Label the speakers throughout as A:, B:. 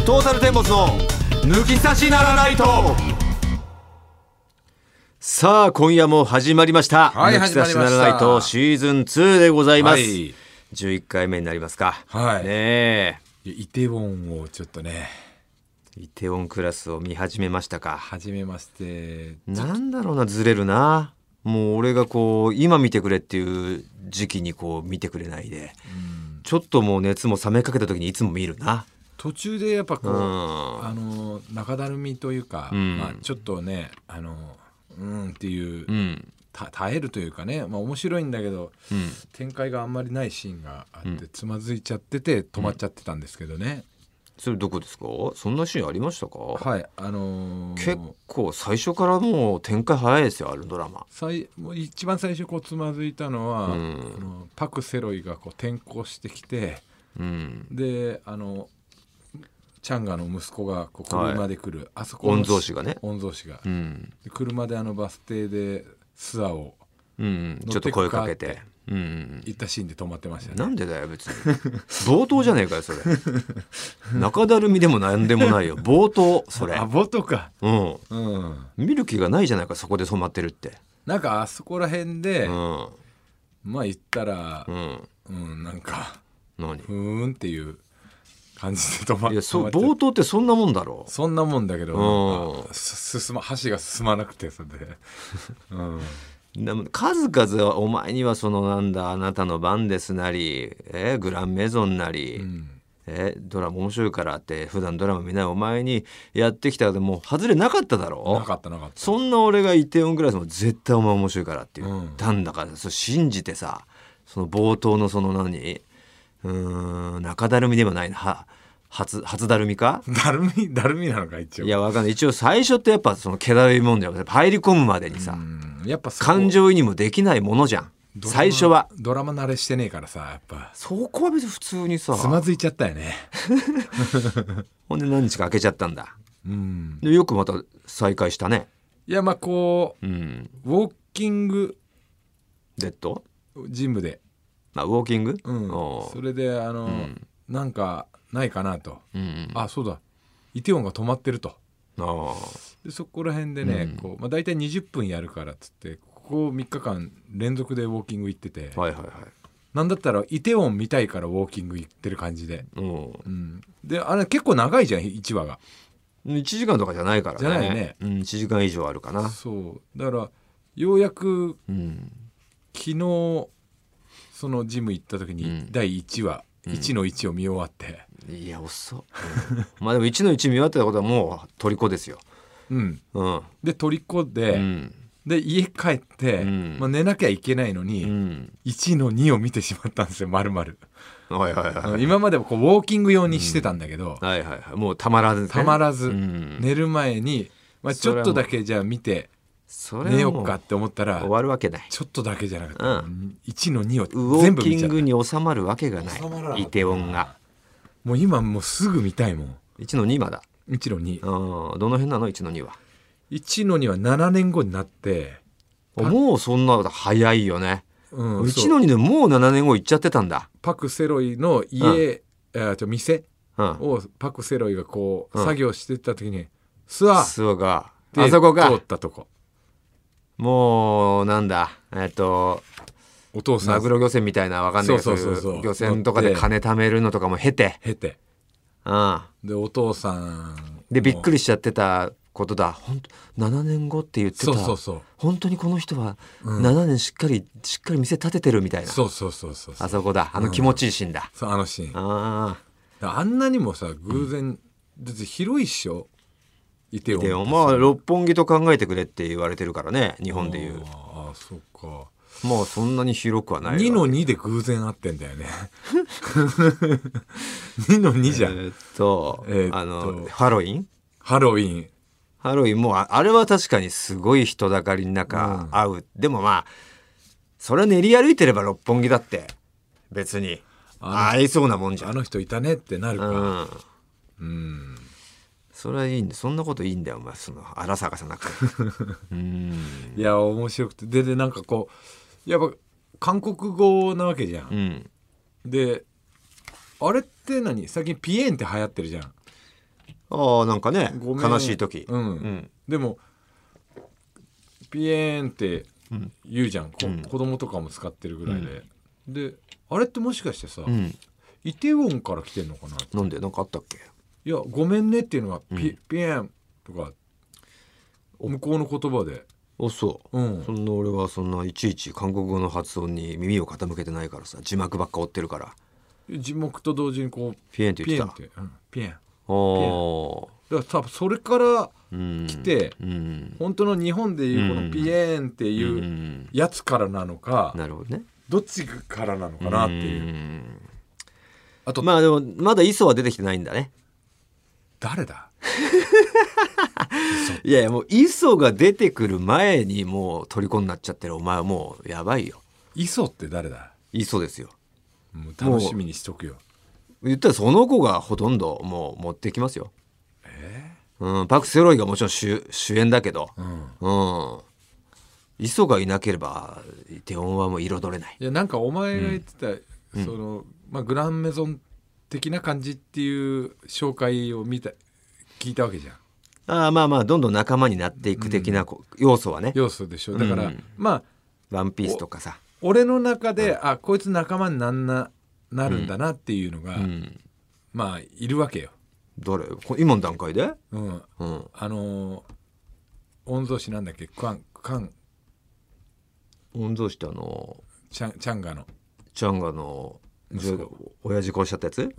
A: 放送抜き差しならないとさあ今夜も始まりました「
B: はい
A: 抜き差し
B: 始ま
A: な
B: りま
A: ら
B: した
A: ないと」シーズン2でございます、
B: はい
A: 11回目になりますか、
B: はい
A: ねえ
B: イテウォンをちょっとね
A: イテウォンクラスを見始めましたか
B: 初めまして
A: なんだろうなずれるなもう俺がこう今見てくれっていう時期にこう見てくれないでちょっともう熱も冷めかけた時にいつも見るな
B: 途中でやっぱこう、
A: うん
B: あの中だるみというか、
A: うん
B: まあ、ちょっとねあのうんっていう、
A: うん
B: た耐えるというかね、まあ、面白いんだけど、
A: うん
B: 展開があんまりないシーンがあって、つまずいちゃってて止まっちゃってたんですけどね、
A: それどこですかそんなシーンありましたか、
B: はいあのー
A: 結構最初からもう展開早いですよあるドラマ
B: 最もう一番最初こうつまずいたの
A: う
B: は、
A: ん
B: あのパク・セロイがこう転校してきて
A: うん
B: であのチャンガの息子がこう車で来る、あそこの
A: 御曹司がね
B: 御曹司が、
A: うん、
B: で車であのバス停でツアーを
A: うん、
B: 乗
A: ちょっと
B: ってくか
A: 声かけてうん
B: 行ったシーンで止まってましたね
A: なんでだよ別に冒頭じゃねえかよそれ中だるみでもなんでもないよ冒頭それ
B: あボトか
A: うん
B: うん
A: 見る気がないじゃないかそこで染まってるって
B: なんかあそこら辺
A: う
B: で、
A: ん
B: まあ行ったら
A: う、ん
B: うん、なんか
A: 何
B: ふーんっていう感じで止ま
A: いやそう
B: 止まっちゃっ
A: 冒頭ってそんなもんだろ
B: そんなもんだけど、なん
A: う
B: かす進ま箸が進まなくてそれで、 うん、
A: な数々はお前にはそのなんだあなたの番ですなり、えグランメゾンなり、
B: うん
A: えドラマ面白いからって普段ドラマ見ないお前にやってきたらもう外れなかっただろ
B: なかったなかった
A: そんな俺がイテウォンクラスも絶対お前面白いからって言ったんだから、そう信じてさその冒頭のその何うーん中だるみでもないなは初初だるみか
B: だるみだるみなのか一応
A: いやわかんない一応最初ってやっぱその気だるいもんじゃん入り込むまでにさ、
B: うんやっぱそこ
A: 感情移入もできないものじゃん
B: ドラマ
A: 最初は
B: ドラマ慣れしてねえからさやっぱ
A: そこは別に普通にさ
B: つまずいちゃったよね
A: ほんで何日か開けちゃったんだ
B: うん
A: でよくまた再開したね
B: いやまあこ
A: うん
B: うウォーキング
A: デッド
B: ジムで、
A: あウォーキング
B: うん、
A: お
B: それであの、
A: ん
B: なんかないかなと、
A: うんうん
B: あそうだイテウォンが止まってると
A: ああ
B: でそこら辺でね、
A: うん
B: こうまあ、大体20分やるからっつってここ3日間連続でウォーキング行ってて、
A: はいはいはい
B: なんだったらイテウォン見たいからウォーキング行ってる感じで、
A: うん
B: うん、であれ結構長いじゃん1話が
A: 1時間とかじゃないからね
B: じゃないね
A: うん、1時間以上あるかな
B: そうだからようやく
A: うん
B: 昨日そのジム行った時
A: う
B: に
A: ん
B: 第1話、1の1を見終わって
A: いや遅っ、うんまあでも1の1見終わってたことはもう虜ですよ
B: うん
A: うん
B: で取り込んで、
A: うん
B: で家帰って、
A: うん
B: まあ、寝なきゃいけないの
A: う
B: に、
A: ん
B: 1の2を見てしまったんですよ丸々、
A: はいはいはい、
B: 今まではこうウォーキング用にしてたんだけど、
A: はいはいはいもうたまらず、ね、
B: たまらず
A: うん
B: 寝る前に、まあ、ち
A: それ
B: ょ
A: は
B: っとだけじゃあ見て
A: それは
B: 寝よ
A: も
B: う
A: う
B: かって思ったら
A: 終わるわけない
B: ちょっとだけじゃなくて、
A: う
B: 1の2
A: ウ
B: を
A: ォ
B: 全
A: ー
B: 部
A: キ
B: 見ちゃ
A: ン
B: っ
A: グ
B: た
A: に収まるわけがな
B: 収まらない
A: イテウォンが
B: もう今もうすぐ見たいもん
A: 1の2まだ
B: 1の2
A: うんどの辺なの1の2は
B: 1の2は7年後になって、パ
A: もうそんなこと早いよね
B: うん
A: 1
B: そう
A: の2でもう7年後行っちゃってたんだ
B: パク・セロイの家、
A: うん
B: えーちょ店
A: うん
B: をパク・セロイがこう、
A: うん
B: 作業してた時に諏訪
A: そうか
B: で
A: あそこ
B: 通っ
A: か
B: たとこ
A: もうなんだえっと
B: お父さ
A: マグ
B: ん
A: ロ漁船みたいなわかんないけど
B: そうそうそう
A: そうい
B: そう
A: う漁船とかで金貯めるのとかも経て
B: 経て
A: うん
B: でお父さん
A: でびっく
B: り
A: りしちゃってたことだ本当7年後って言ってた
B: そうそうそう
A: 本当にこの人は
B: うん
A: 7年しっかり、しっかり店立ててるみたいな
B: そうそうそうそうそ
A: あ
B: う
A: そこだあの気持ちいいシーンだ、
B: そうあのシーン
A: ああ
B: あんなにもさ偶然、だって広いっしょイテウォン
A: でもまあ六本木と考えてくれって言われてるからね日本でいう
B: ああそっか
A: まあそんなに広くはないわ
B: 2の2で偶然会ってんだよね 2の2じゃん、
A: えーっと,、
B: えーっと
A: あのハロウィン
B: ハロウィン
A: ハロウィンもああれは確かにすごい人だかりの中会う、でもまあそれは練り歩いてれば六本木だって別に
B: あ
A: 会いそうなもんじゃ
B: あ
A: ん
B: の人いたねってなるか
A: う
B: ら
A: ん
B: うん
A: それはいいんだそんなこといいんだよお前その荒探さな くてうん
B: いや面白くてででなんかこうやっぱ韓国語なわけじゃ、
A: うんん
B: であれって何最近ピエンって流行ってるじゃん
A: ああなんかね
B: ごめん
A: 悲しい時、
B: うんでもピエーンって言うじゃん、こ
A: うん
B: 子供とかも使ってるぐらいで、であれってもしかしてさ、
A: うん
B: イテウォンから来てんのかな
A: なんでなんかあったっけ
B: いや「ごめんね」っていうのはピ
A: う
B: 「
A: ん
B: ピエーン」とか向こうの言葉で
A: あそうう、
B: ん
A: そんな俺はそんないちいち韓国語の発音に耳を傾けてないからさ字幕ばっか追ってるから
B: 字幕と同時にこう
A: ピエンって
B: ピ
A: 言っ
B: エ
A: て
B: ン
A: た
B: って、うん、ピエンだか
A: あー
B: ら多分それから
A: うん
B: 来て
A: うん
B: 本当の日本でいうこ
A: うん
B: のピエーンって
A: う
B: いうんやつからなのか、
A: なるほどね
B: どっちからなのかなっていう、
A: ん
B: あと、
A: まあでもまだ磯は出てきてないんだね
B: 誰だ
A: いやいやもう磯が出てくる前にもう虜になっちゃってるお前はもうやばいよ
B: 磯って誰だ
A: 磯ですよ
B: もう楽しみにしとくよ
A: 言ったらその子がほとんどもう持ってきますよ
B: え
A: うんパク・セロイがもちろん主主演だけど
B: ーうん
A: うん磯がいなければテオンはもう彩れない
B: いやなんかお前が言ってた、そのまあ、グランメゾン的な感じっていう紹介を見た聞いたわけじゃん
A: ああまあまあどんどん仲間になっていく的なこ要素はね
B: 要素でしょだから、
A: うん
B: まあ
A: ワンピースとかさ
B: 俺の中で、あこいつ仲間になんななるんだなっていうのが、
A: うん
B: まあいるわけよ、
A: 誰こ今の段階で
B: うん、
A: うん
B: あのー、御曹司なんだっけクアンクアン
A: 御曹司ってあの
B: チャンチャンガの、
A: チャンガの
B: 息子
A: じゅ親父殺しちゃったやつ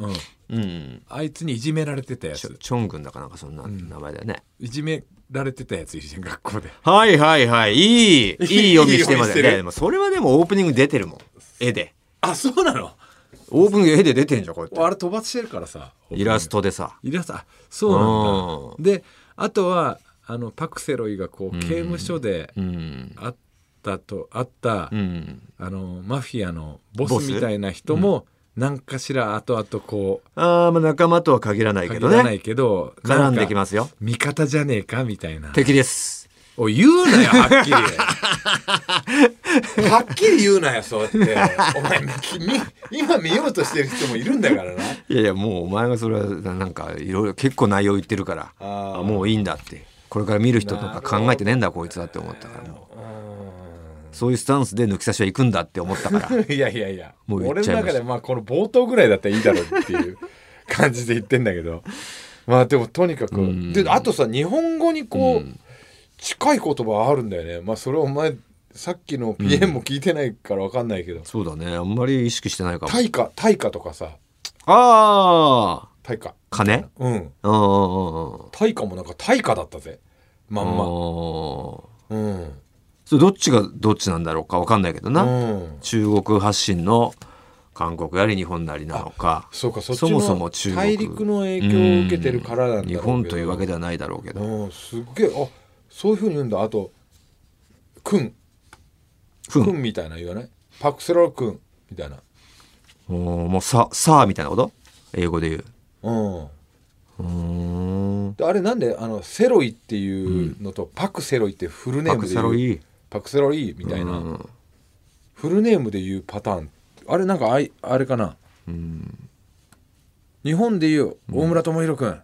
B: うん、
A: うん
B: あいつにいじめられてたや
A: チョ
B: つ
A: チョン軍だかなんかそんな名前だよね、
B: いじめられてたやついるじゃん学校で
A: はいはいはい いいいい読みしてま
B: いい読みして
A: で
B: る
A: ねでもそれはでもオープニング出てるもん絵で
B: あそうなの
A: オープニング絵で出てんじゃんこうや
B: あ
A: っ
B: れ飛ばしてるからさ
A: てイラストでさ
B: イラストあそううなんだであとはあのパクセロイがこう
A: うん
B: 刑務所で
A: うん
B: あったとあった、
A: うん
B: あのマフィアのボ
A: ボ
B: ス
A: ス
B: みたいな人も何かしら後々こう
A: あーまあ仲間とは限らないけ
B: 限
A: ど
B: らない
A: ね
B: けど
A: 絡んでき
B: す
A: ますよ
B: 味方じゃねえかみたいな
A: 敵です
B: おい言うなよはっきり はっきり言うなよそうやってお前みみ今見ようとしてる人もいるんだからない
A: やいやもうお前がそれはななんかいろいろ結構内容言ってるから
B: あー
A: あもういいんだってこれから見る人とか考えてねえんだこいつはって思ったからもうそういうスタンスで抜き差しは行くんだって思ったから
B: いやいやいや
A: もう言
B: 俺
A: っち
B: の
A: ゃいました
B: 中でまあこの冒頭ぐらいだったらいいだろうっていう感じで言ってんだけどまあでもとにかく、
A: うん
B: であとさ日本語にこう、
A: うん
B: 近い言葉あるんだよねまあそれお前さっきの PM も聞いてないから分かんないけど、
A: そうだねあんまり意識してないかも
B: 対価対価とかさ
A: ああ
B: 対価
A: 金
B: うん
A: うんうんうんうん
B: 対価もなんか対価だったぜま
A: あ
B: んま
A: ー
B: うん、
A: それどっちがどっちなんだろうかわかんないけどな、
B: うん、
A: 中国発信の韓国やり日本なりなのか
B: そうかそっ
A: そ
B: ち
A: もそも
B: の
A: 中国
B: 大陸の影響を受けてるからなんだろう
A: うん
B: け
A: 日
B: ど
A: 本というわけではないだろうけど
B: うんすっげえあそういうふうに言うんだあと「くん」
A: ふ
B: 「く
A: ん
B: ん」みたいな言わない「パクセロくん」みたいな
A: おーもうささあみたいなこと英語で言う
B: うん
A: うーん
B: であれなんであのセロイっていうのと、パクセロイってフルネー
A: パ
B: ム
A: ク
B: で
A: サ
B: 言
A: ロ
B: う
A: イ
B: パクセロイみたいうな、
A: ん
B: フルネームで言うパターンあれなんかあいあれかな
A: うん
B: 日本で言う大村智広くん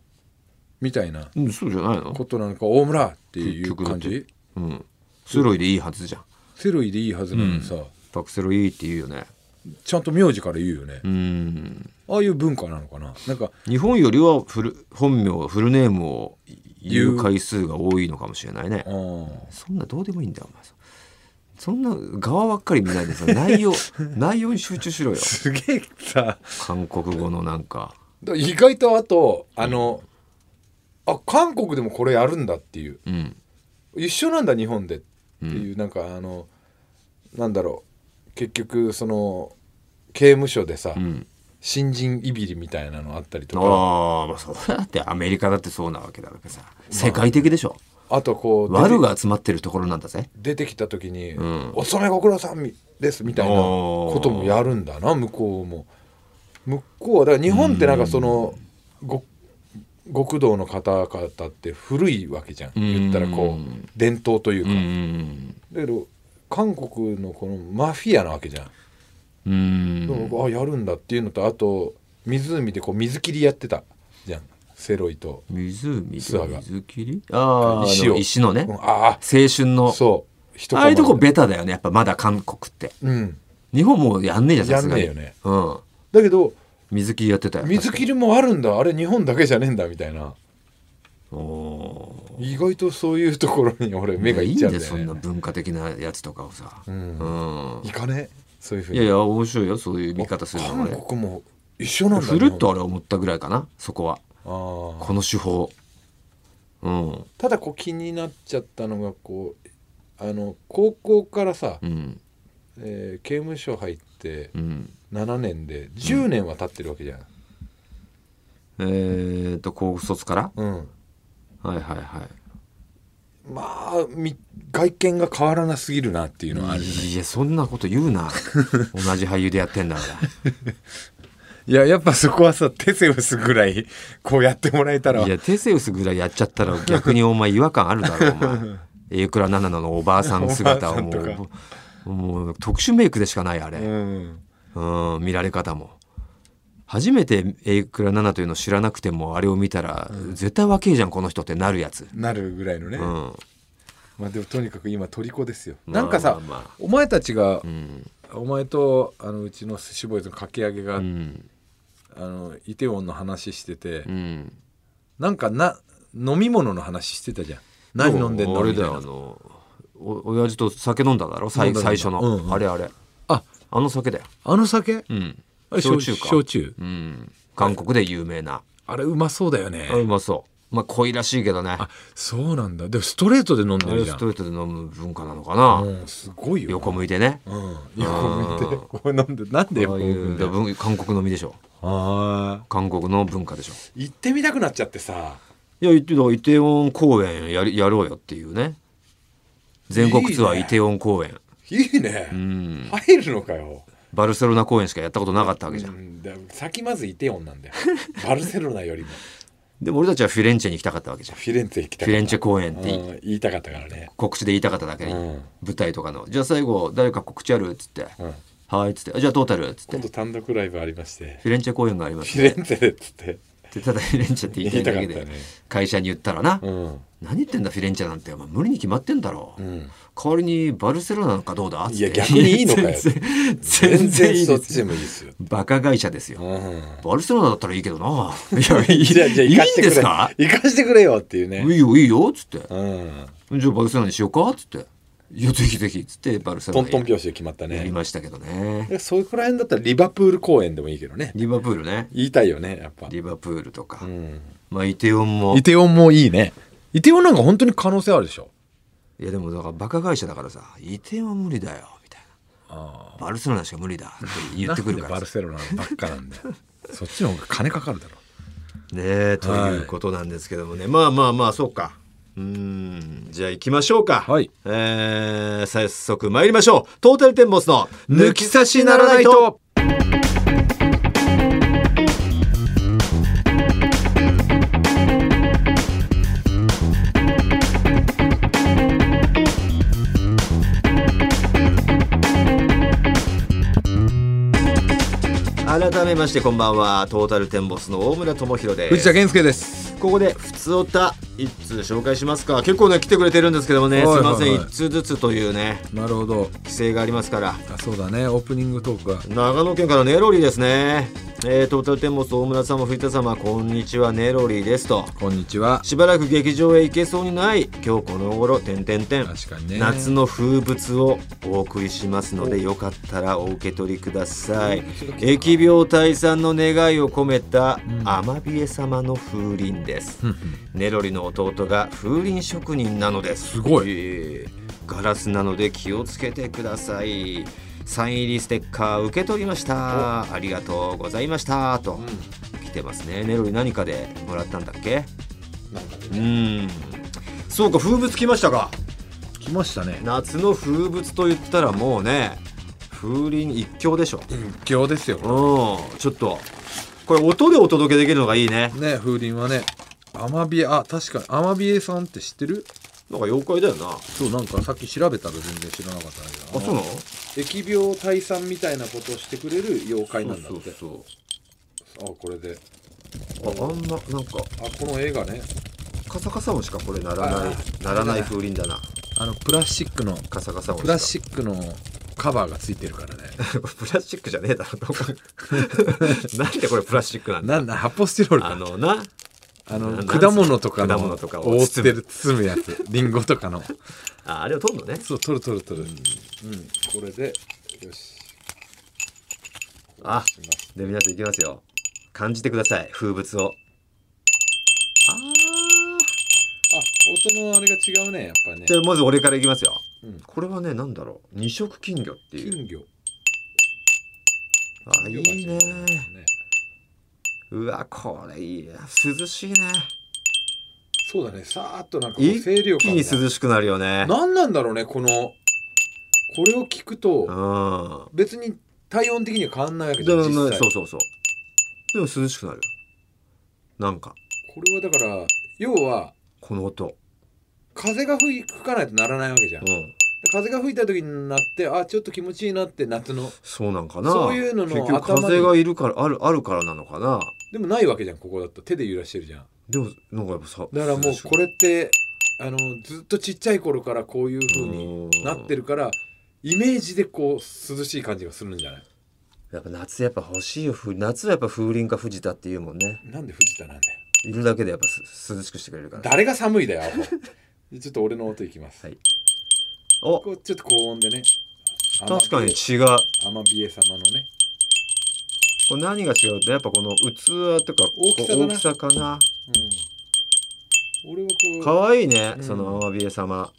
B: みたいな
A: うんそうじゃないの
B: ことなのか大村っていう感
A: 結
B: じ
A: うんセロイでいいはずじゃん
B: セロイでいいはずなのにさ、
A: パクセロイって言うよね
B: ちゃんと名字から言うよね、
A: うん
B: ああいう文化なのかななんか
A: 日本よりはフル本名フルネームを言
B: 言
A: う
B: う
A: 回数が多いのかもしれないね
B: あー
A: そんなどうでもいいんだよお前そんな側ばっかり見ないでその内 容内容に集中しろよ
B: すげえさ
A: 韓国語のなんか
B: だ意外とあとあの、あ韓国でもこれやるんだっていう
A: うん
B: 一緒なんだ日本でって
A: うん
B: いう、なんかあのなんだろう結局その刑務所でさ、
A: うん
B: 新人いびりみたいなのあったりとか
A: ああまあそうだってアメリカだってそうなわけだからさ世界的でしょ、
B: あとこう
A: 悪
B: 出て
A: が集まってるところなんだぜ
B: 出てきた時に「
A: ん
B: お勤めご苦労さんみです」みたいなこともやるんだな向こうも向こうはだから日本ってなんかその、ご極道の方々って古いわけじゃん、
A: ん
B: 言ったらこう伝統というか、
A: うん
B: だけど韓国のこのマフィアなわけじゃん、
A: う
B: で
A: ん
B: もあやるんだっていうのとあと湖でこう水切りやってたじゃんセロイと、
A: 湖で
B: 諏訪が
A: 水切りああ
B: 石を
A: 石石のね、
B: うん
A: 青
B: あ
A: 春
B: あ
A: の
B: そう一
A: ああいうとこベタだよねやっぱまだ韓国って
B: うん
A: 日本もうやんねえじゃんさすがに
B: やんねえよね
A: うん、
B: だけど
A: 水切りやってたよ
B: 水切りもあるんだあれ日本だけじゃねえんだみたいな
A: おおー
B: 意外とそういうところに俺目がいっちゃうんだよ
A: いいんだよそんな
B: ね
A: 文化的なやつとかをさ、
B: う
A: うんん
B: いかねそういうふう
A: い
B: に
A: やいや面白いよそういう見方するの
B: 韓
A: 俺
B: 国も一緒なんだ
A: ふるっとあれ思ったぐらいかなそこは
B: 日本ああ
A: この手法うん
B: ただこう気になっちゃったのがこうあの高校からさ、
A: うん
B: えー刑務所入って
A: うん
B: 7年で10年は経ってるわけじゃん、
A: えー、っと高卒から
B: うん、
A: はいはいは
B: まあみ外見が変わらなすぎるなっていうのはあ
A: い
B: るよね
A: いやそんなこと言う な同じ俳優でやってんだから
B: いややっぱそこはさテセウスぐらい こうやってもらえたら
A: いやテセウスぐらいやっちゃったら逆にお前違和感あるだろお 前榮倉奈々のおばあさん姿をも
B: おばあさんと
A: うもう特殊メイクでしかないあれ、
B: うん
A: うん、見られ方も初めて榮倉奈々というのを知らなくてもあれを見たら、絶対若えじゃんこの人ってなるやつ、
B: なるぐらいのね、
A: うん
B: まあでもとにかく今虜ですよ、
A: まあ
B: なんかさ、
A: まあまあ
B: お前たちが、
A: うん
B: お前とあのうちの寿司ボーイズの掛け上げが、
A: うん
B: あのイテウォンの話してて、
A: うん
B: なんかな飲み物の話してたじゃん何飲んでんの
A: 俺
B: みた
A: だ
B: い
A: よあ
B: な
A: のお親父と酒飲んだだろ
B: 飲
A: 最
B: んだ
A: 最初の、
B: うんうん
A: あれあれ
B: あ
A: あの酒だよ、
B: あの酒
A: うん、
B: あれ
A: 焼酎か
B: 焼酎
A: うん、韓国で有名な、
B: あれうまそうだよね
A: あうまそうまあ濃いらしいけどね
B: あ
A: あ
B: そうなんだでもストレートで飲んで
A: れ
B: るじゃ
A: ス
B: ん
A: トレートで飲む文化なのかな、
B: うんすごいよ
A: 横向いてね
B: うん 横向いてこう飲んでなんで
A: あ
B: 横
A: あ
B: 向
A: い
B: くん
A: う
B: だよ
A: 文韓国飲みでしょ
B: あー
A: 韓国の文化でしょ
B: 行ってみたくなっちゃってさ
A: いや、言ってた、イテウォン公演やりやろうよっていうね。全国ツア
B: いい
A: ー
B: ね
A: イテウォン公演。
B: いいね、
A: うん。
B: 入るのかよ
A: バルセロナ公演しかやったことなかったわけじゃん。
B: うんだ先まずイテウォンなんだよ バルセロナよりも
A: でも俺たちはフィレンチェに行きたかったわけじゃん。フ
B: フィレンツェ行きた
A: ィ
B: か
A: レ
B: っ
A: ンチェ公演ったてい
B: うん言いたかったからね
A: 告知で言いたかっただけに、
B: うん
A: 舞台とかの。じゃあ最後、誰か告知あるっつって。
B: うん
A: はいっつって。あじゃあトータルっつって
B: 今。度単独ライブありまして
A: フィレンチェ公演がありま
B: フ
A: す
B: ィレンツェでっつって
A: ってただフィレンチェって言いたいだけ
B: 言い
A: で
B: たかったね
A: 会社に言ったらな、
B: うん
A: 何言ってんだフィレンチェなんてお前無理に決まってんだろ、
B: ん
A: 代わりにバルセロナなんかどうだっつって
B: いや逆にいいのかよ
A: 全然全然いいで
B: そっ
A: す
B: ちでもいいですよ
A: バカ会社ですよ、
B: うん
A: バルセロナだったらいいけど な。いや、いい
B: じゃあじゃあ
A: いい
B: 行
A: ん
B: かしてくれ
A: ですか
B: 行かしてくれよっていうね
A: いいよ、いいよ、つって。
B: うん
A: じゃあバルセロナにしようか、つって。いや、ぜひぜひ、つって、バルセロ
B: ト
A: ナ
B: ン
A: に
B: トン拍子で決まった
A: やり
B: ね
A: ましたけどね。
B: そこら辺だったらリバプール公演でもいいけどね
A: リバプールね。
B: 言いたいよねやっぱ
A: リバプールとか
B: う。ん
A: まあ、イテウォンも。
B: イ
A: い
B: テウォンもいいねイテウォンなんか本当に可能性あるでしょ
A: や、でも、だから、バカ会社だからさ、イテウォン無理だよ、みたい
B: あ
A: な。バルセロナしか無理だって言ってくるか
B: バ
A: ら
B: ル
A: さ。
B: セロナばっかなんだよ そっちの方が金かかるだろ
A: ねえ、ということなんですけどもね。まあまあまあ、そうか。うーんじゃあ行きましょうか、
B: はい
A: えー早速参りましょうトータルテンボスの「抜き差しならないと」改めましてこんばんはトータルテンボスの大村智広です
B: 藤田健介です
A: ここで普通おた一通紹介しますか結構ね来てくれてるんですけどもね、
B: はいはいはい
A: すいません一通ずつというね
B: なるほど
A: 規制がありますから
B: あそうだねオープニングトークが
A: 長野県からネロリーですね、えー、トータルテンボス大村様藤田様こんにちはネロリーですと
B: こんにちは
A: しばらく劇場へ行けそうにない今日この頃点点点
B: 確かにね
A: 夏の風物をお送りしますのでよかったらお受け取りください疫病退散の願いを込めたアマビエ様の風鈴です、ネロリの弟が風鈴職人なのです
B: すごい
A: えーガラスなので気をつけてくださいサイン入りステッカー受け取りましたありがとうございましたと、来てますねネロリ何かでもらったんだっけ
B: なんか
A: うーんそうか風物来ましたか
B: 来ましたね
A: 夏の風物と言ったらもうね風鈴一強でしょ
B: 今日ですよ
A: うんちょっとこれ音でお届けできるのがいいね
B: ね風鈴はねアマビエあ確かにアマビエさんって知ってる
A: なんか妖怪だよなあ
B: そうなんかさっき調べたら全然知らなかったんだけど
A: そうなの
B: 疫病退散みたいなことをしてくれる妖怪なんだって
A: そうそう
B: あこれで
A: ああんまなんか
B: あこの映画ね
A: カサカサ音しかこれならな
B: あ
A: いならない風鈴だな
B: あのプラスチックの
A: カサカサ音しか
B: プラスチックのカバーがついてるからね
A: プラスチックじゃねえだろどう考え なんでこれプラスチックなんだ
B: なんだ発泡スチロール
A: あ
B: か
A: のな
B: あ
A: な
B: の
A: ん
B: 果物とか
A: 果
B: の
A: 物とかを
B: 覆ってる包むやつ リンゴとかの
A: ああれを取るのね
B: そう取る取る取るうん、これでよし
A: あ
B: します
A: で皆さんいきますよ感じてください風物をあ
B: あ音のあれが違うねやっぱね
A: ーじゃあまず俺からいきますよ、
B: うん
A: これはねなんだろう二色金魚っていう
B: 金魚
A: あいいね
B: ね
A: うわこれいいな涼しいね
B: そうだねさーっとなんかこう
A: 一
B: 清涼
A: 気
B: 感
A: に
B: が
A: 涼しくなるよね
B: 何なんだろうねこのこれを聞く
A: う
B: と
A: ん
B: 別に体温的には変わんないわけ
A: で
B: じゃん
A: も
B: 実際
A: そうそうそうでも涼しくなるよなんか
B: これはだから要は
A: この音
B: 風が吹かないとならないわけじゃん、
A: うん
B: 風が吹いた時になってあちょっと気持ちいいなって夏の
A: そうなんかな
B: そういうのの
A: 結局
B: 頭に
A: 風がいるからあるあるからなのかな
B: でもないわけじゃんここだったら手で揺らしてるじゃん
A: でもなんかやっぱさ
B: だからもうこ
A: れ
B: れってあのずっとちっちゃい頃からこういう風になってるからイメージでこう涼しい感じがするんじゃない
A: やっぱ夏やっぱ欲しいよふ夏はやっぱ風鈴か藤田っていうもんね
B: なんで藤田なんだよ
A: いるだけでやっぱす涼しくしてくれるから
B: 誰が寒いだよアホ ちょっと俺の音いきます、
A: はいお
B: こうちょっと高音でね
A: 確かに違う
B: アマビエ様のね
A: これ何が違うってやっぱこの器とか
B: 大きさだな
A: 大きさかな
B: うん俺はこう
A: 可愛いね、
B: うん
A: そのアマビエ様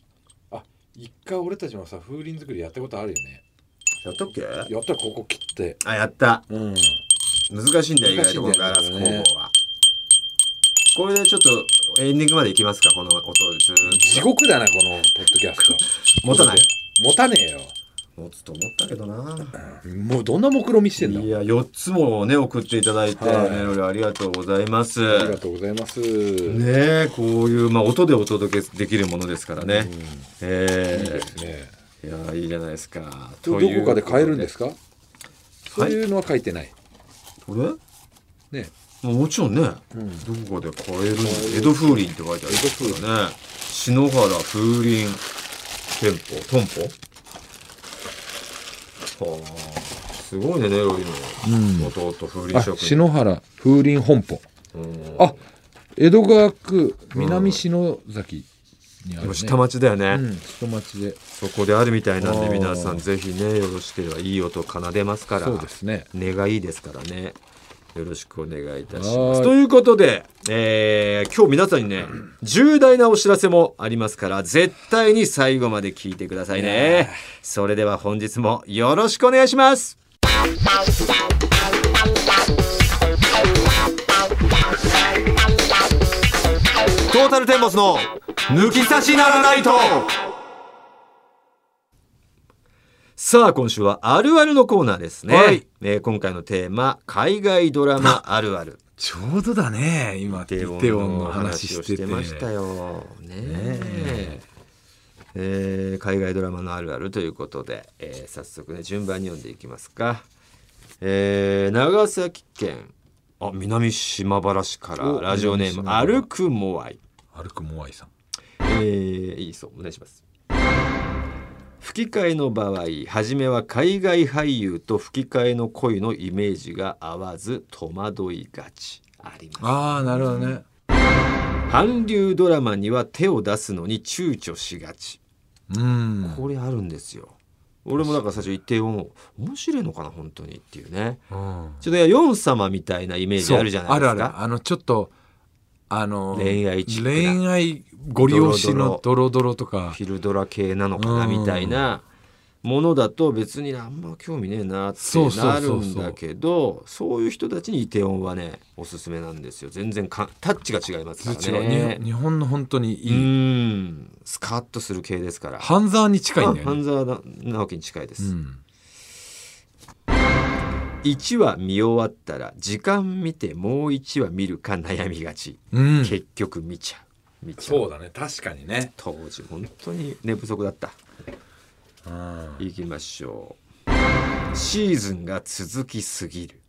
B: 一回俺たちもさ風鈴作りやったことあるよね
A: やったっけ
B: やったらここ切って
A: あやった
B: うん
A: 難しいんだよ意外
B: 難しい
A: と
B: ん
A: このガラ
B: だよね
A: ス工房はこれでちょっとエンディングまでいきますかこの音ずーっと
B: 地獄だなこのポッドキャスト
A: 持たない
B: 持たねえよ
A: 持つと思ったけどな
B: もうどんな目論見してんだ
A: いや4つもね送っていただいて、
B: はい
A: メロディーありがとうございます
B: ありがとうございます、
A: ねえこういう、まあ、音でお届けできるものですからね、
B: うんいいで
A: え
B: すね
A: えいやいいじゃないですか
B: どこかで買えるんですすかそういうのは書いてない、
A: これ
B: ね
A: まあもちろんね、
B: うん
A: どこかで買えるんだ江戸風鈴って書いてありますからね篠原風鈴店舗トンポはあすごいねネロリの弟風
B: あ
A: 鈴職人、
B: 篠原風鈴本舗
A: うん
B: あ江戸川区南篠崎
A: で
B: にある、
A: も
B: ね、
A: 下町だよね、
B: うん、下町で
A: そこであるみたいなんで
B: あー
A: 皆さんぜひねよろしければいい音奏でますから
B: そうですね
A: 根がいいですからねよろしくお願いいたし
B: は
A: ま
B: ー
A: す
B: い
A: ということで、えー今日皆さんにね重大なお知らせもありますから絶対に最後まで聞いてくださいねそれでは本日もよろしくお願いしますトータルテンボスの抜き差しならないとさあ今週はあるあるのコーナーですね、
B: はい
A: えー今回のテーマ海外ドラ マあるある
B: ちょうどだね今
A: イ
B: イ
A: テ
B: テ
A: ウォ
B: ウ
A: ン
B: ォンの話
A: を
B: してて
A: ましたよ。ねええー海外ドラマのあるあるということで、えー早速ね順番に読んでいきますか。えー長崎県あ南島原市から
B: お
A: ラジオネー
B: 南
A: ム
B: 島原
A: 歩くモアイ。
B: 歩くモアイさん
A: えーいいそうお願いします吹き替えの場合初めは海外俳優と吹き替えの恋のイメージが合わず戸惑いがちあります
B: ああなるほどね
A: 韓流ドラマには手を出すのに躊躇しがち
B: うん
A: これあるんですよ俺もだから最初一定音面白いのかな本当にっていうね
B: うん
A: ちょっといやヨン様みたいなイメージ
B: そう
A: あるじゃないですか
B: あるあるあのちょっとあの
A: 恋愛チックな
B: 恋愛ご利用しのドロドロとか
A: ヒルドラ系なのかな
B: うん
A: みたいなものだと別にあんま興味ねえなって
B: そうそう
A: な
B: そう
A: る
B: そうん
A: だけどそういう人たちにイテオンはねおすすめなんですよ全然かタッチが違いますか
B: 通知
A: ら
B: はね
A: ね
B: 日本の本当
A: う
B: にいい
A: んスカッとする系ですから
B: ハンザーに近いんだよ
A: 半
B: ね
A: 沢直樹に近いです、
B: うん
A: 1話見終わったら時間見てもう1話見るか悩みがち、
B: うん
A: 結局見ちゃう見ちゃう
B: そうだね確かにね
A: 当時本当に寝不足だった
B: うん
A: いきましょうシーズンが続きすぎる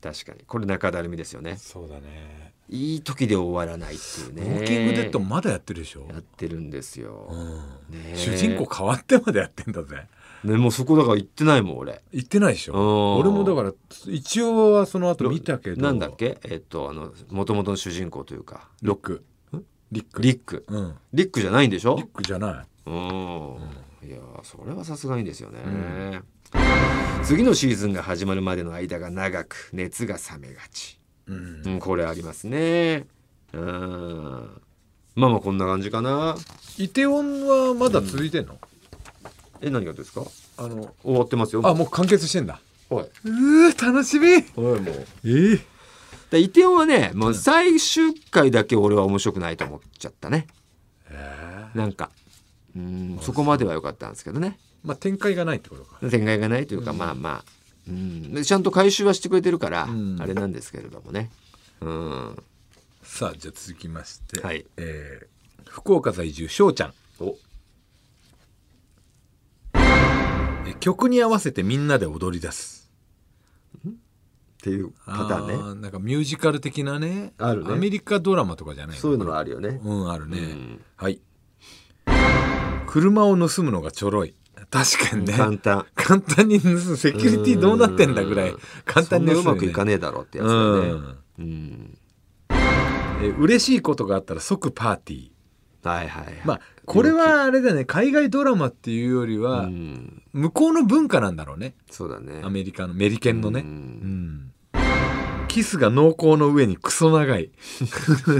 A: 確かにこれ中だるみですよね
B: そうだね
A: いい時で終わらないっていう
B: ウ
A: ね
B: ォーキングデッドもまだやってるでしょ、
A: やってるんですよ
B: う、
A: ね
B: ん、
A: え
B: 主人公変わってまでやってんだぜ
A: ね、もうそこだから行ってないもん俺
B: 言ってないでしょ
A: うん
B: 俺もだから一応はその後見たけど
A: なんだっけえっとあの元々の主人公というか
B: ロックリック
A: リック
B: うん
A: リックじゃないんでしょ
B: リックじゃな
A: う
B: い
A: んいやーそれはさすがにですよね、次のシーズンが始まるまでの間が長く熱が冷めがち、
B: うん
A: うん、これありますねうんまあまあこんな感じかな
B: イテウォンはまだ続いてんの、
A: え何がですか
B: あの
A: 終わってますよ
B: あもう完結してんだ
A: はいう
B: ー楽しみえ
A: はいもう
B: え
A: でイテオンはねもう最終回だけ俺は面白くないと思っちゃったねなんかうんそこまでは良かったんですけどね
B: まあ展開がないってことか
A: 展開がないというか、まあまあ、うん、でちゃんと回収はしてくれてるから、
B: ん
A: あれなんですけれどもねうん
B: さあじゃあ続きまして、
A: はい
B: えー福岡在住翔ちゃん
A: お
B: え曲に合わせてみんなで踊り出す
A: っていうパターンね
B: あーなんかミュージカル的なね
A: あるね
B: アメリカドラマとかじゃないの
A: そういうのはあるよね、
B: うんあるね、
A: うん
B: はい車を盗むのがちょろい確かにね
A: 簡単
B: 簡単に盗むセキュリティどうなってんだぐらい簡単
A: そん
B: に盗む
A: な
B: よ
A: うまくいかね
B: ね
A: えだろうってやつだよね
B: うん
A: うん
B: え嬉しいことがあったら即パーティー
A: はいはいはい
B: まあこれはあれだよね海外ドラマっていうより
A: う
B: は
A: ん
B: 向こうの文化なんだろうね
A: そうだね
B: アメリカのメリケンのね
A: う
B: うんキスが濃厚の上にクソ長い確か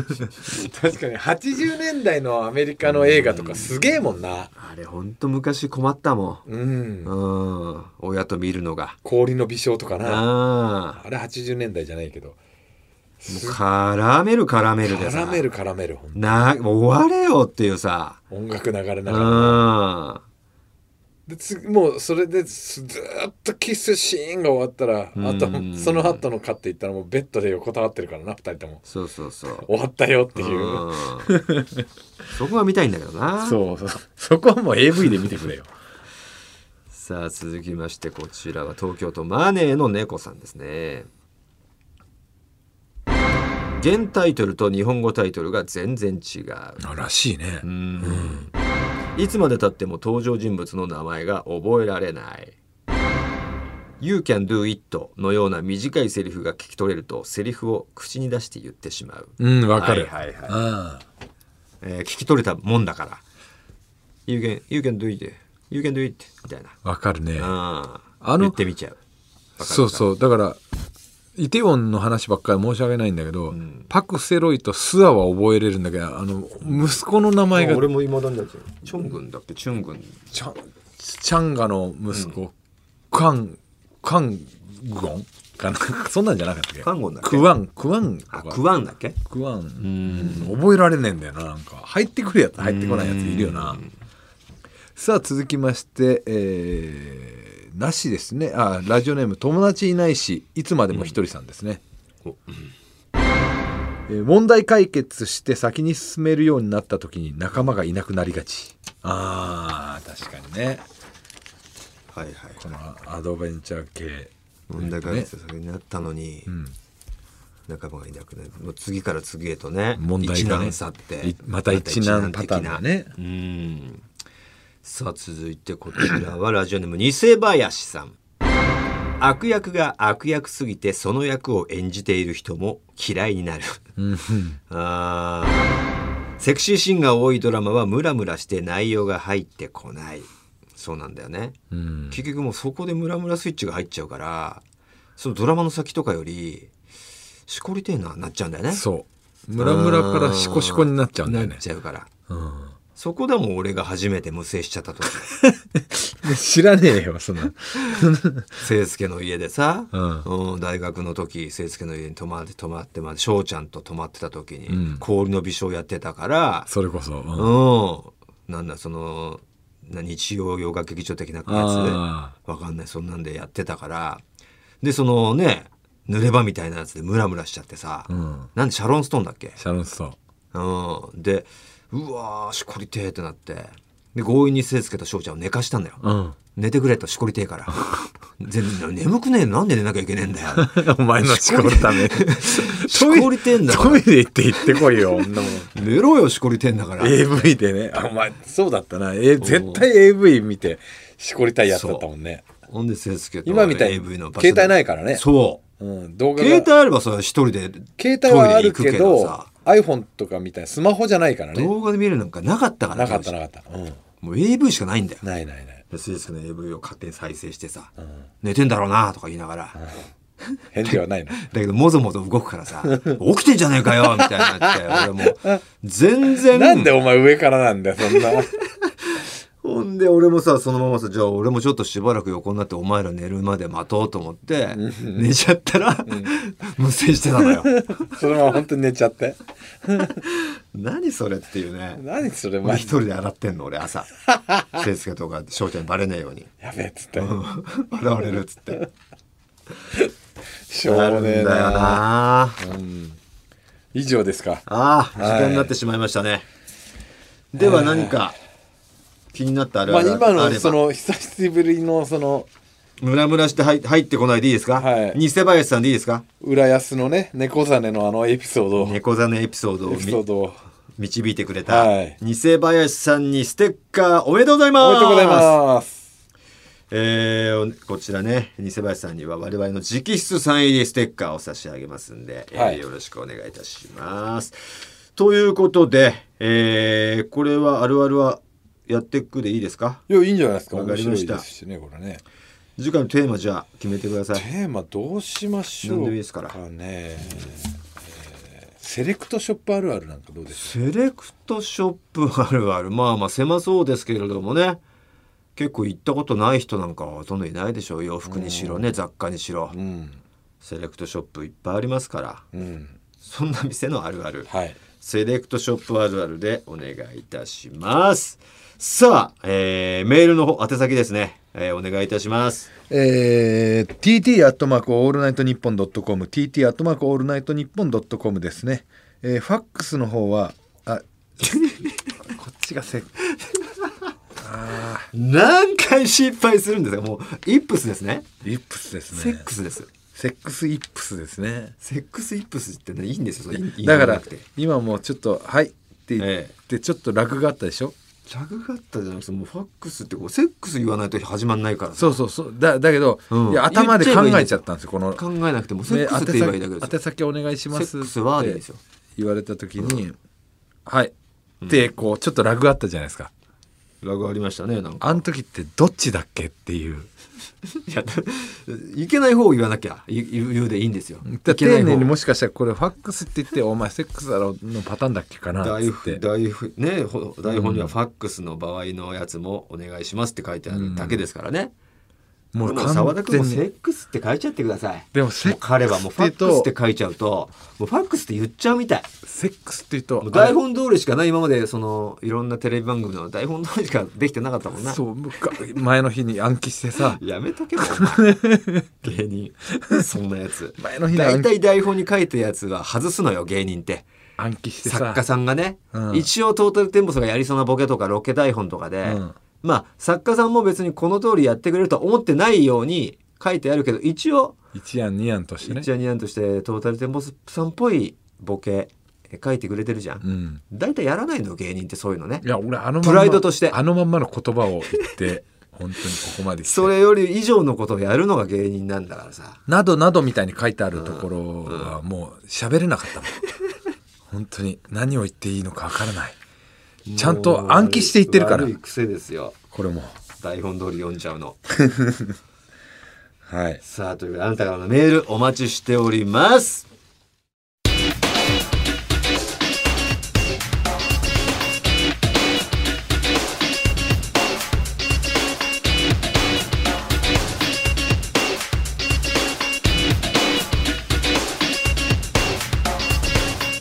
B: に80年代のアメリカの映画とかすげえもんな
A: あれほんと昔困ったもん
B: うん
A: うん、親と見るのが。
B: 氷の微笑とかな
A: ああ、
B: あれ80年代じゃないけど
A: もう絡める絡めるでさ。
B: 絡める絡めるほんと
A: な、もう終われよっていうさ。
B: 音楽流れ
A: う。
B: なんがら
A: あ
B: でつもうそれですずーっとキスシーンが終わったらあと
A: うん
B: その後のカットいったらもうベッドで横たわってるからな2人とも
A: そうそうそう。
B: 終わったよっていう
A: うんそこが見たいんだけどな。
B: そうそうそこはもう AV で見てくれよ
A: さあ、続きまして、こちらは東京都マネーの猫さんですね。現タイトルと日本語タイトルが全然違う。
B: らしいね
A: うんいつまでたっても登場人物の名前が覚えられない。You can do it のような短いセリフが聞き取れるとセリフを口に出して言ってしまう。
B: うんわかる、
A: はいはいはい
B: あ
A: えー聞き取れたもんだから。You can, you can do it. You can do it. みたいな。
B: あわかるね
A: あ
B: あの
A: 言ってみちゃう。
B: そう
A: う。
B: そうだからイテウォンの話ばっかり申し訳ないんだけど、パク・セロイとスアは覚えれるんだけどあの息子の名前が
A: 俺も今だになっちゃう。チョン軍だっけチョン軍。
B: チャンチャンガの息子、カンカングオンかな そんなんじゃなかったっけ
A: カンゴンだっけ
B: クワンクワンと
A: あ、
B: か
A: クワンだっけ
B: クワン
A: ん
B: うん覚えられねえんだよななんか入ってくるやつ入ってこないやついるよなさあ続きましてえーなしですねあラジオネーム友達いないしいつまでも一人さんですね、
A: お
B: えー問題解決して先に進めるようになった時に仲間がいなくなりがちあー確かにね
A: はいはい。
B: このアドベンチャー系
A: 問題解決策になったのに、仲間がいなくなるもう次から次へとね
B: 問題
A: 一
B: がね
A: 難去って
B: いまた一難
A: また一
B: パターンだね
A: 的なうんさあ続いてこちらはラジオネーム偽林さん悪役が悪役すぎてその役を演じている人も嫌いになる あーセクシーシーンが多いドラマはムラムラして内容が入ってこないそうなんだよね、
B: うん
A: 結局もうそこでムラムラスイッチが入っちゃうからそのドラマの先とかよりしこりてえななっちゃうんだよね
B: そうムラムラからシコシコになっちゃうんだよ
A: な
B: ね
A: っ、ちゃうから
B: うん、
A: そこでもう俺が初めて無制しちゃった 時
B: 知らねえよそんな
A: 清介の家でさ、
B: うん
A: うん大学の時清介の家に泊まって泊まってまあ翔ちゃんと泊まってた時に、
B: うん
A: 氷の微笑やってたから
B: それこそ、
A: うん、
B: うん
A: なんだそのな日曜洋楽劇場的なやつ
B: あ
A: わかんないそんなんでやってたからでそのね濡れ場みたいなやつでムラムラしちゃってさ、
B: うん
A: なんでシャロンストーンだっけ、
B: シャロンスト
A: うん、でうわーしこりてーってなってで強引に背つけた翔ちゃんを寝かしたんだよ、
B: ーン、うん、
A: 寝てくれとしこりてえから全然眠くねえなんで寝なきゃいけねえん だよ
B: お前の思考のために。
A: しこりてんだか
B: ト
A: ら
B: イレ行って行ってこい よ、女も。
A: 寝ろよしこりてんだから、
B: AV でね。あ、お前、そうだったな。え絶対 AV 見て、しこりたいやつだったもんね。
A: ほんで清介と
B: 今みたいに
A: AV のパス
B: 携帯ないからね
A: そうう、
B: ん、動画が
A: 携帯あればさ一人で
B: 携帯は
A: ト
B: あ
A: イレ
B: る
A: 行く
B: け
A: け
B: ど
A: どさ
B: iPhone とかみたいなスマホじゃないからね
A: 動画で見るなんかなかったから
B: なかったなかった、うん、
A: もう AV しかないんだよ
B: ないないない、
A: で清介の AV を勝手に再生してさ、
B: うん、
A: 寝てんだろうなとか言いながら、
B: 返事はない の
A: だけどもぞもぞ動くからさ 起きてんじゃねえかよみたいになって俺もう全然
B: なんでお前上からなんだよそんな
A: ほんで俺もさそのままさじゃあ俺もちょっとしばらく横になってお前ら寝るまで待とうと思って寝ちゃったら、無線してたの よ
B: そのまま本当に寝ちゃって
A: 何それっていうね
B: 何それ
A: 俺
B: 前
A: 一人で洗ってんの俺 朝清介とか翔ちゃんにバレねえように
B: やべえっつって
A: 笑われるっつって
B: しょうもねえ
A: だよ
B: な
A: なあ
B: 以上ですか
A: あ時
B: はい
A: 間になってしまいましたねでは何か気になったある
B: ま
A: あ
B: あ
A: るあれば、
B: 今のその久しぶりのその
A: ムラムラして入入ってこないでいいですか、
B: はい
A: 偽林さんでいいですか
B: 浦安のね猫ザネのあのエピソードをエ
A: 猫座のエピソードを
B: ピソー
A: み
B: ドを
A: 導いてくれた、
B: はい
A: 偽林さんにステッカーおめでとうございます
B: おめでとうございます
A: えーこちらね偽林さんには我々の直筆サイン入りステッカーを差し上げますんで、えー
B: はい
A: よろしくお願いいたします。ということで、えーこれはあるあるはやっていくでいいですか
B: いやいいんじゃないですか
A: わか
B: 面
A: り
B: 白
A: まし
B: い
A: た
B: ですしねこれね
A: 次回のテーマじゃあ決めてくださ
B: テ
A: い。
B: ーマどうしましょう
A: 何でもいいですから
B: ね、えーセレクトショップあるあるなんかどうです
A: セレクトショップあるあるまあまあ狭そうですけれどもね結構行ったことない人なんかはほとんどいないでしょう洋服にしろね雑貨にしろ
B: うん
A: セレクトショップいっぱいありますから
B: うん
A: そんな店のあるある。
B: はい
A: セレクトショップあるあるでお願いいたします。さあ、えーメールの方宛先ですね、えーお願いいたします。
B: えー、TT アットマークオールナイトニッポンドットコム TT アットマークオールナイトニッポンドットコムですね、えー、ファックスの方は あこっちがせ
A: 何回失敗するんですかもう、イップスですね。
B: イップスですね
A: セックスです。
B: セックスイップスですね
A: セックスイップスってね、いいんですよ。それ
B: だか
A: 言わな
B: ら
A: くて
B: 今もうちょっと「はい」って言
A: え
B: ってちょっと楽があったでしょ
A: ジャグがあったじゃなくて、もうファックスってこう、セックス言わないと始まんないからさ
B: そうそうそうだだけど、
A: うん
B: いや頭で考えちゃったんですよこの
A: 考えなくても、セックスって言えばいいだけです
B: 宛
A: よ。
B: 先お願いします
A: セックスはでいいですよ
B: って言われた時に「はい」ってこうちょっとラグあったじゃないですか
A: ラグありましたね、なんか。
B: あの時ってどっちだっけっていう
A: いや、いけない方を言わなきゃ、い言うでいいんですよ。
B: だ
A: いけない
B: 丁
A: 方
B: 寧にもしかしたらこれファックスって言って「お前セックスだろ」のパターンだっけかなっ
A: 台
B: つっ
A: 本
B: て
A: 台本ねほ台本にはファックスの場合のやつもお願いしますって書いてあるだけですからね。
B: も
A: で
B: う
A: も澤
B: 完
A: 田君
B: 全
A: もセ
B: に
A: ックスって書いちゃってください。
B: でもセッ
A: もう彼はもうファックスって書いちゃうと、もうファックスって言っちゃうみたい。
B: セックスって言うと
A: もう台本通りしかない今までそのいろんなテレビ番組の台本通りしかできてなかったもんな。
B: そうむか前の日に暗記してさ
A: やめとけ ばお前芸人そんなやつ
B: 前の日に
A: 大
B: 暗記
A: 体台本に書いたやつは外すのよ芸人って
B: 暗記して
A: 作
B: さ
A: 家さんがね、
B: うん
A: 一応トータルテンボスがやりそうなボケとかロケ台本とかで、
B: うん
A: まあ作家さんも別にこの通りやってくれるとは思ってないように書いてあるけど一応
B: 一案二案としてね
A: 一夜二案としてトータルテンボスさんっぽいボケえ書いてくれてるじゃ。
B: うんん
A: 大体やらないの芸人ってそういうのね
B: い。や俺あのまんま
A: プライドとして
B: あのまんまの言葉を言って本当にここまで来て
A: それより以上のことをやるのが芸人なんだからさ。
B: などなどみたいに書いてあるところはもう喋れなかったもん本当に何を言っていいのかわからないちゃんと暗記していってるから
A: もう悪い癖ですよ。
B: これも
A: 台本通り読んじゃうの。
B: はい
A: さあということであなたからのメールお待ちしております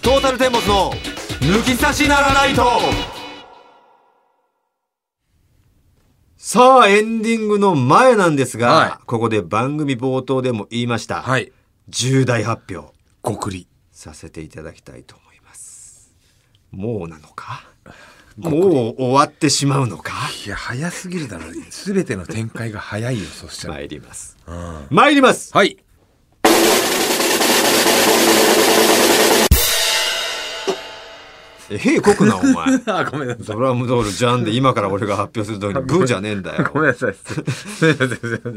A: トータルテンボスの抜き差しならないとさあエンディングの前なんですが、
B: はい
A: ここで番組冒頭でも言いました、
B: はい
A: 重大発表
B: ごくり
A: させていただきたいと思いますもうなのかもう終わってしまうのか
B: いや早すぎるだろ全ての展開が早いよそしたら、
A: 参ります
B: うん
A: 参ります
B: はい
A: えへえこくなお前
B: あごめんなさい
A: ドラムドールじゃんで今から俺が発表する 時にブーじゃねえんだよ
B: ごめんなさいすすいませんすい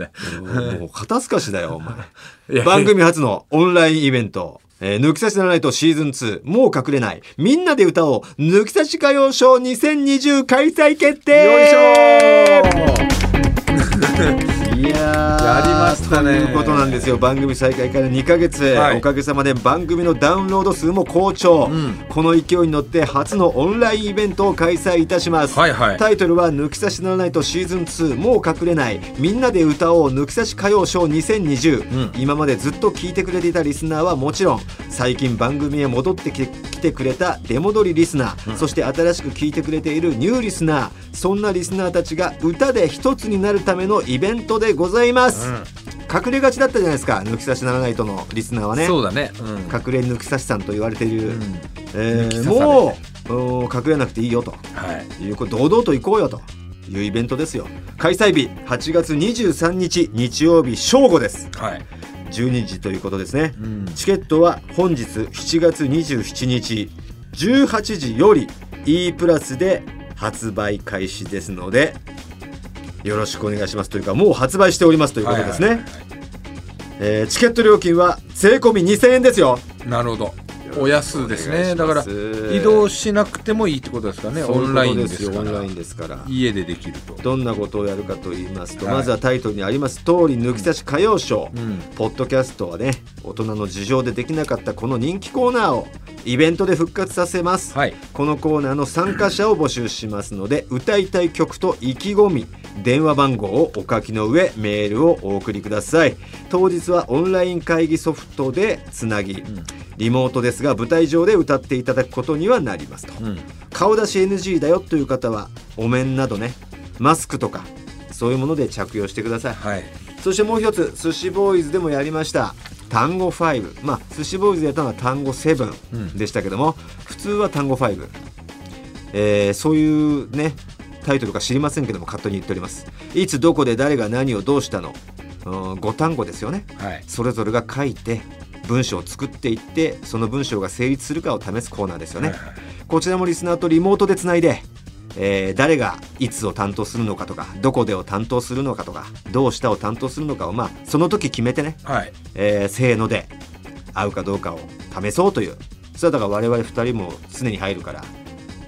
B: ません
A: もう肩透かしだよお前
B: いや
A: 番組初のオンラインイベント、えー抜き差しならないとシーズン2、もう隠れない、みんなで歌おう、抜き差し歌謡ショー2020開催決定
B: よいしょ
A: いや
B: やりましたね
A: ということなんですよ番組再開から2ヶ月、
B: はい
A: おかげさまで番組のダウンロード数も好調、
B: ん
A: この勢いに乗って初のオンラインイベントを開催いたします、
B: はいはい
A: タイトルは「抜き差しならないとシーズン2もう隠れないみんなで歌おう抜き差し歌謡ショー2020」今までずっと聞いてくれていたリスナーはもちろん最近番組へ戻ってきて来てくれた出戻りリスナー、そして新しく聞いてくれているニューリスナーそんなリスナーたちが歌で一つになるためのイベントでございます、隠れがちだったじゃないですか抜き差しならないとのリスナーはね
B: そうだねうん
A: 隠れ抜き差しさんと言われている、
B: うん
A: え
B: 抜き
A: ー
B: 差され
A: もううん隠れなくていいよと
B: はい
A: いうこと堂々と行こうよというイベントですよ開催日8月23日日曜日正午です
B: はい
A: 12時ということですね、
B: うん
A: チケットは本日7月27日18時より E プラスで発売開始ですのでよろしくお願いしますというかもう発売しておりますということですね、
B: はいはい
A: えーチケット料金は税込み2000円ですよ
B: なるほどお安ですね
A: お
B: だ
A: 願
B: か
A: い
B: ら
A: します
B: 移動しなくてもいいってことですかね
A: そういう
B: オ
A: こと
B: ンラインです
A: よ
B: か
A: オン
B: ら
A: ラインですから
B: 家でできると
A: どんなことをやるかと言いますと、
B: はい
A: まずはタイトルにあります通り抜き差し歌謡ショー、
B: うん
A: ポッドキャストはね大人の事情でできなかったこの人気コーナーをイベントで復活させます、
B: はい
A: このコーナーの参加者を募集しますので歌いたい曲と意気込み電話番号をお書きの上メールをお送りください当日はオンライン会議ソフトでつなぎ、リモートですが舞台上で歌っていただくことにはなりますと、
B: うん
A: 顔出し NG だよという方はお面などねマスクとかそういうもので着用してください
B: はい
A: そしてもう一つ寿司ボーイズでもやりました単語5まあ寿司ボーイズでやったのは単語
B: うん
A: 7でしたけども、普通は単語5、えーそういうねタイトルか知りませんけども勝手に言っておりますいつどこで誰が何をどうしたの5単語ですよね
B: はい
A: それぞれが書いて文章を作っていってその文章が成立するかを試すコーナーですよね、
B: はいはい
A: こちらもリスナーとリモートでつないで、えー誰がいつを担当するのかとかどこでを担当するのかとかどうしたを担当するのかをまあその時決めてね、
B: はい
A: えーせーので合うかどうかを試そうというそれはだから我々2人も常に入るから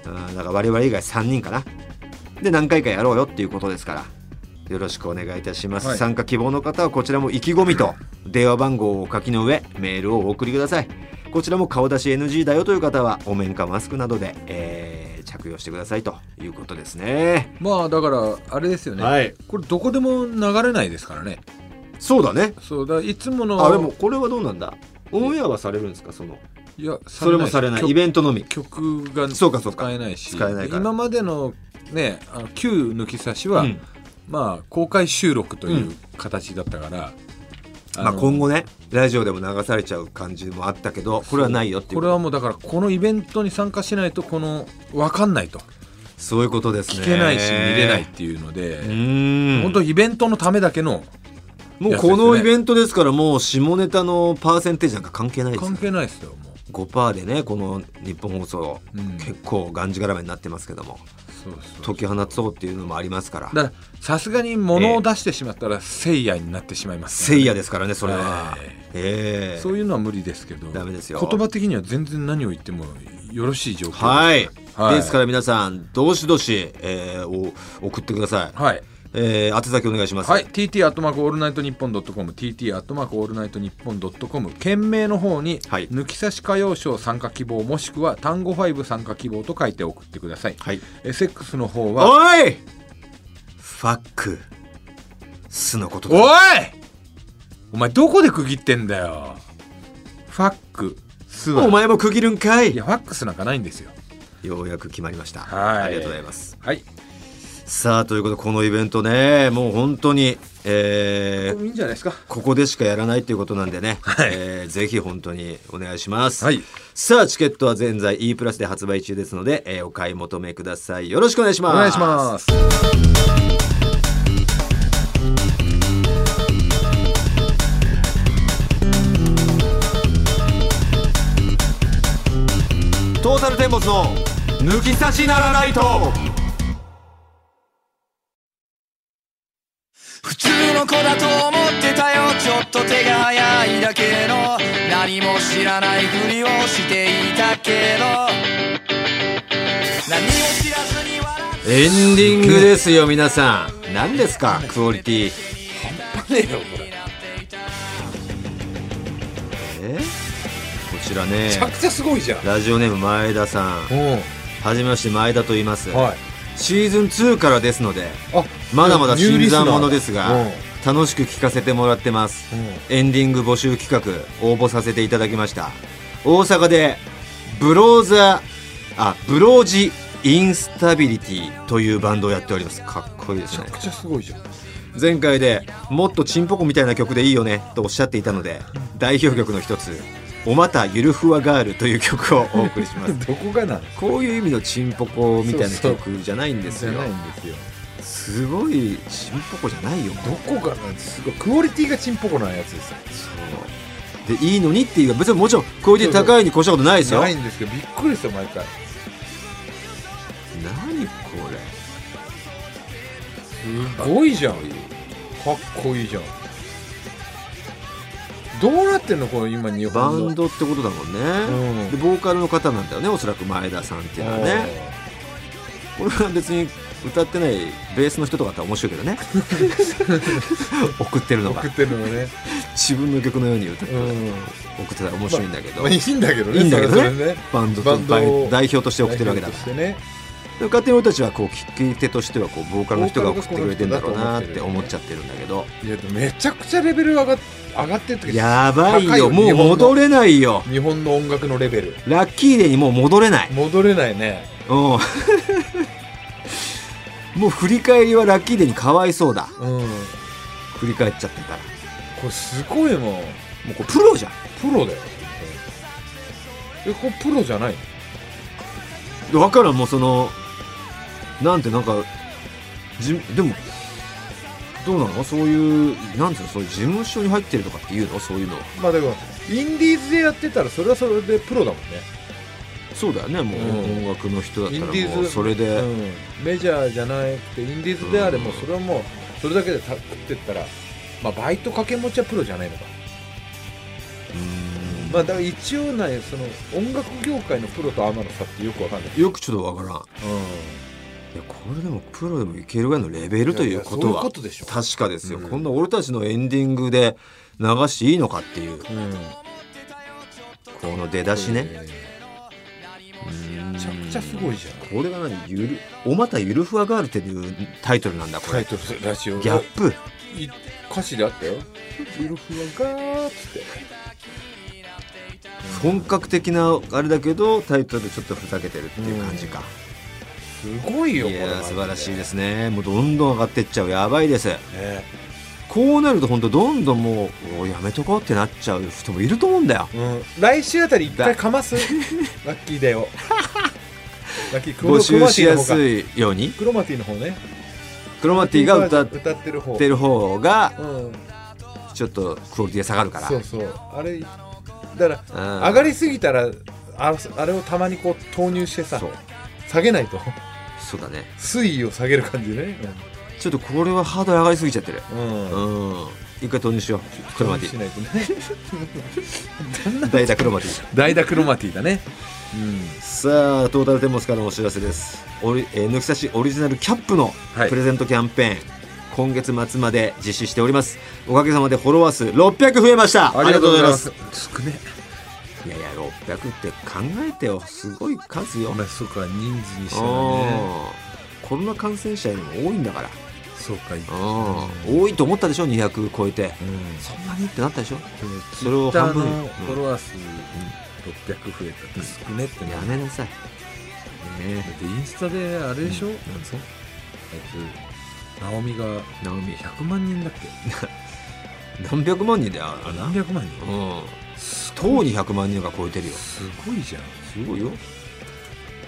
A: うんだから我々以外3人かなで何回かやろうよっていうことですからよろしくお願いいたします、
B: はい
A: 参加希望の方はこちらも意気込みと電話番号をお書きの上メールをお送りくださいこちらも顔出し NG だよという方はお面かマスクなどで、えー着用してくださいということですね
B: まあだからあれですよね、
A: はい
B: これどこでも流れないですからね
A: そうだね
B: そうだいつもの
A: あでもこれはどうなんだオンエアはされるんですかその
B: いや
A: それもされないイベントのみ
B: 曲曲が
A: そうかそうか
B: 使えないし
A: 使えないから
B: 今までのねあの旧抜き差しは、
A: うん
B: まあ公開収録というう形だったから、
A: まあ、
B: の
A: 今後ねラジオでも流されちゃう感じもあったけどこれはないよっていう
B: これはもうだからこのイベントに参加しないとこの分かんないと
A: そういうことですね
B: 聞けないし見れないっていうので、
A: うーん
B: 本当イベントのためだけの
A: もう
B: やつですね
A: このイベントですからもう下ネタのパーセンテージなんか関係ないですよ
B: 関係ないですよも
A: 5%でねこの日本放送、
B: う、うん、
A: 結構がんじがらめになってますけども
B: そうそ
A: 解
B: う
A: き放そうっていうのもありますから
B: だからさすがに物を出してしまったらせいやになってしまいます
A: せいやですからねそれは
B: はい
A: ええ
B: そういうのは無理ですけど
A: ダメですよ
B: 言葉的には全然何を言ってもよろしい状況
A: はい、
B: はい
A: ですから皆さんどしどし、えーお送ってください、
B: はい
A: えー宛先お願いします、
B: はい、TT アットマークオールナイトニッポンドットコム TT アットマークオールナイトニッポンドットコム件名の方に、
A: はい
B: 抜き差し歌謡賞参加希望もしくは単語5参加希望と書いて送ってください、
A: はい
B: えセックスの方は
A: おいファックスのこと
B: おい
A: だ
B: お前どこで区切ってんだよファックスは
A: お前も区切るんかい
B: いやファックスなんかないんですよ
A: ようやく決まりました
B: はい
A: ありがとうございます
B: はい
A: さあということでこのイベントねもう本当に、え
C: これ
A: ー
C: いいんじゃないですか
A: ここでしかやらないということなんでね、えーぜひ本当にお願いします、
C: はい
A: さあチケットは現在 E プラスで発売中ですので、えーお買い求めくださいよろしくお願いしま
C: お
A: す
C: 願いします
A: トータルテンボスの抜き差しならないと
D: 普通の子だと思ってたよちょっと手が早いだけの何も知らないふりをしていたけど何も知らずに笑って
A: エンディングですよ皆さん何です かクオリティえーこちらね
B: めちゃくちゃすごいじゃん
A: ラジオネーム前田さん
B: うん
A: はじめまして前田と言います、
B: はい
A: シーズン2からですので
B: あ
A: まだまだ新参者です
B: う
A: が
B: ん
A: 楽しく聞かせてもらってます、
B: う
A: エンディング募集企画応募させていただきました大阪でブローザあブロージインスタビリティというバンドをやっておりますかっこいいですね
B: めちゃくちゃすごいじゃん
A: 前回でもっとチンポコみたいな曲でいいよねとおっしゃっていたので代表曲の一つ「おまたゆるふわガール」という曲をお送りし ます
B: どこがなん
A: こういう意味のチンポコみたいな曲じゃないんです
B: じゃ
A: よ
B: ないんですよ
A: すごいチンポコじゃないよ
B: どこがなんすごいクオリティがちんぽこなやつですよ
A: そうでいいのにっていうか別にもちろんクオリティ高いに越したことないですよ
B: ないんですけどびっくりですよ毎回
A: 何これ
B: すごいじゃんかっこいいじゃんどうなってんのこの今日
A: バ
B: 本の
A: ンドってことだもんね、
B: うん
A: でボーカルの方なんだよねおそらく前田さんっていうのはねこれは別に歌ってないベースの人とかだったら面白いけどね送ってる
B: あ
A: の
B: ー
A: が
B: 送ってるのね
A: 自分の曲のように歌って
B: うん
A: 送ってたら面白いんだけど、
B: まあいいんだけどね
A: いいんだけどね
B: それはそれで
A: バンド
B: バ
A: と
B: ンドを
A: 代代表として送ってるわけだ
B: 代表
A: から
B: としてね
A: で勝手に俺たちはこう聞き手としてはこうボーカルの人が送ってくれてんだろうなっ
B: ボーカル
A: て
B: がこ
A: 思
B: の人
A: っ
B: だと思って
A: ちゃって
B: るよね
A: るんだけど
B: いやでもめちゃくちゃレベル上がっ上がってるって
A: やばい
B: 高
A: よもう戻れないよ
B: 日本の日本の音楽のレベル
A: ラッキーデーにもう戻れない
B: 戻れないね
A: うん もう振り返りはラッキーデーにかわいそうだ
B: うん
A: 振り返っちゃってたらも
B: これすごいもん
A: うこれプロじゃん
B: プロだよえこれプロじゃないの
A: 分からんもうそのなんてなんかじでもどうなのそういうなんていうのそういう事務所に入ってるとかっていうのそういうの
B: まあでもインディーズでやってたらそれはそれでプロだもんね
A: そうだよねもう
B: うん
A: 音楽の人だった
B: インディ
A: ら
B: ーズ
A: もうそれで、
B: うん、メジャーじゃなくてインディーズであれ
A: うん
B: もうそれはもうそれだけでた食ってったら、まあ、バイト掛け持ちはプロじゃないのか、
A: うん
B: まあ、だから一応ないその音楽業界のプロとアマの差ってよくわかんない、
A: よくちょっとわからんいやこれでもプロでもいけるぐらいのレベルということ
B: いやいやそういう
A: は
B: ことでしょ
A: 確かですよ、
B: うん
A: こんな俺たちのエンディングで流していいのかっていうこ
B: うんうん、
A: の出だしねうん
B: めちゃくちゃすごいじゃ
A: これが何ゆるおまたゆるふわガールっていうタイトルなんだ
B: ん
A: こ
B: タイ
A: れ
B: トルラジオ
A: ギャップ
B: い歌詞であったよ「ウルフワガー」っつって
A: 本格的なあれだけどタイトルちょっとふざけてるっていう感じか、
B: すごいよ
A: い
B: これ
A: や
B: は
A: ー素晴らしいですねもうどんどん上がってっちゃうやばいです
B: ね
A: こうなると本当どんどんもうおやめとこうってなっちゃう人もいると思うんだよ
B: うん、来週あたり一回かますラッキーだよラッキークロ
A: 募集しやす
B: クロマティの方か
A: いように
B: クロマティの方ね
A: クロマティが歌っ
B: 歌ってる方
A: てる方が
B: うん、
A: ちょっとクオリティが下がるから
B: そうそうあれだか
A: うん
B: ら上がりすぎたらああれをたまにこう投入してさ
A: そう
B: 下げないと
A: そうだね
B: 水位を下げる感じね
A: ちょっとこれはハードル上がりすぎちゃってる
B: うん、
A: う
B: うん、
A: ん一回投入しようクロマテ
B: 投入し
A: ィ
B: ないとね
A: 代打クロマティ
B: 代打クロマティだね
A: さあトータルテンボスからのお知らせですオリ、えー抜き差しオリジナルキャップの
B: はい
A: プレゼントキャンペーン、今月末まで実施しておりますおかげさまでフォロワー数600増えましたありがとうございます
B: 少ね
A: いやいや600って考えてよすごい数よ、
B: まあそうか人数にしたらね
A: うんコロナ感染者よりも多いんだから、
B: そうかい
A: うん多いと思ったでしょ200超えて
B: うん
A: そんなにってなったでしょ
B: そ
A: れを半分に
B: フォロワー数600増えたって少ねって
A: やめ
B: な
A: なさいね
B: だってインスタであれでしょ、なんかえっとナオミが
A: ナオミ
B: 100万人だっけ
A: 何百万人だよあれな
B: 何百万人
A: うんとうに100万人が超えてるよ
B: すごいじゃん
A: すごいよ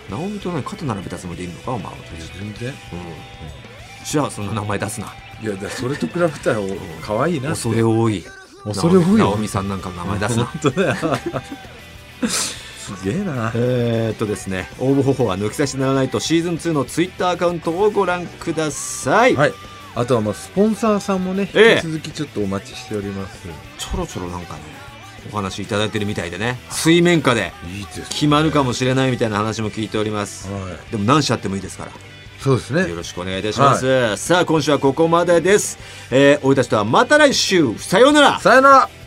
A: ナオミと何肩並べたつもりでいるのかお前は、
B: 全然
A: うん、じゃあその名前出すない
B: やだからそれと比べたら可愛いなって
A: 恐れ多い
B: 恐れ多いよ
A: ナオミさんなんかの名前出すな
B: 本当だよすげえな
A: えーっとですね応募方法は抜き差しならないとシーズン2のツイッターアカウントをご覧ください、
B: はいあとはまあスポンサーさんもね
A: ええ
B: 引き続きちょっとお待ちしております、
A: ちょろちょろなんかねお話いただいてるみたいでね水面下で
B: いいですね
A: 決まるかもしれないみたいな話も聞いております
B: は
A: でも何社あってもいいですから
B: いそうですね
A: よろしくお願いいたします、さあ今週はここまでです、えー、俺たちとはまた来週さようなら
B: さよなら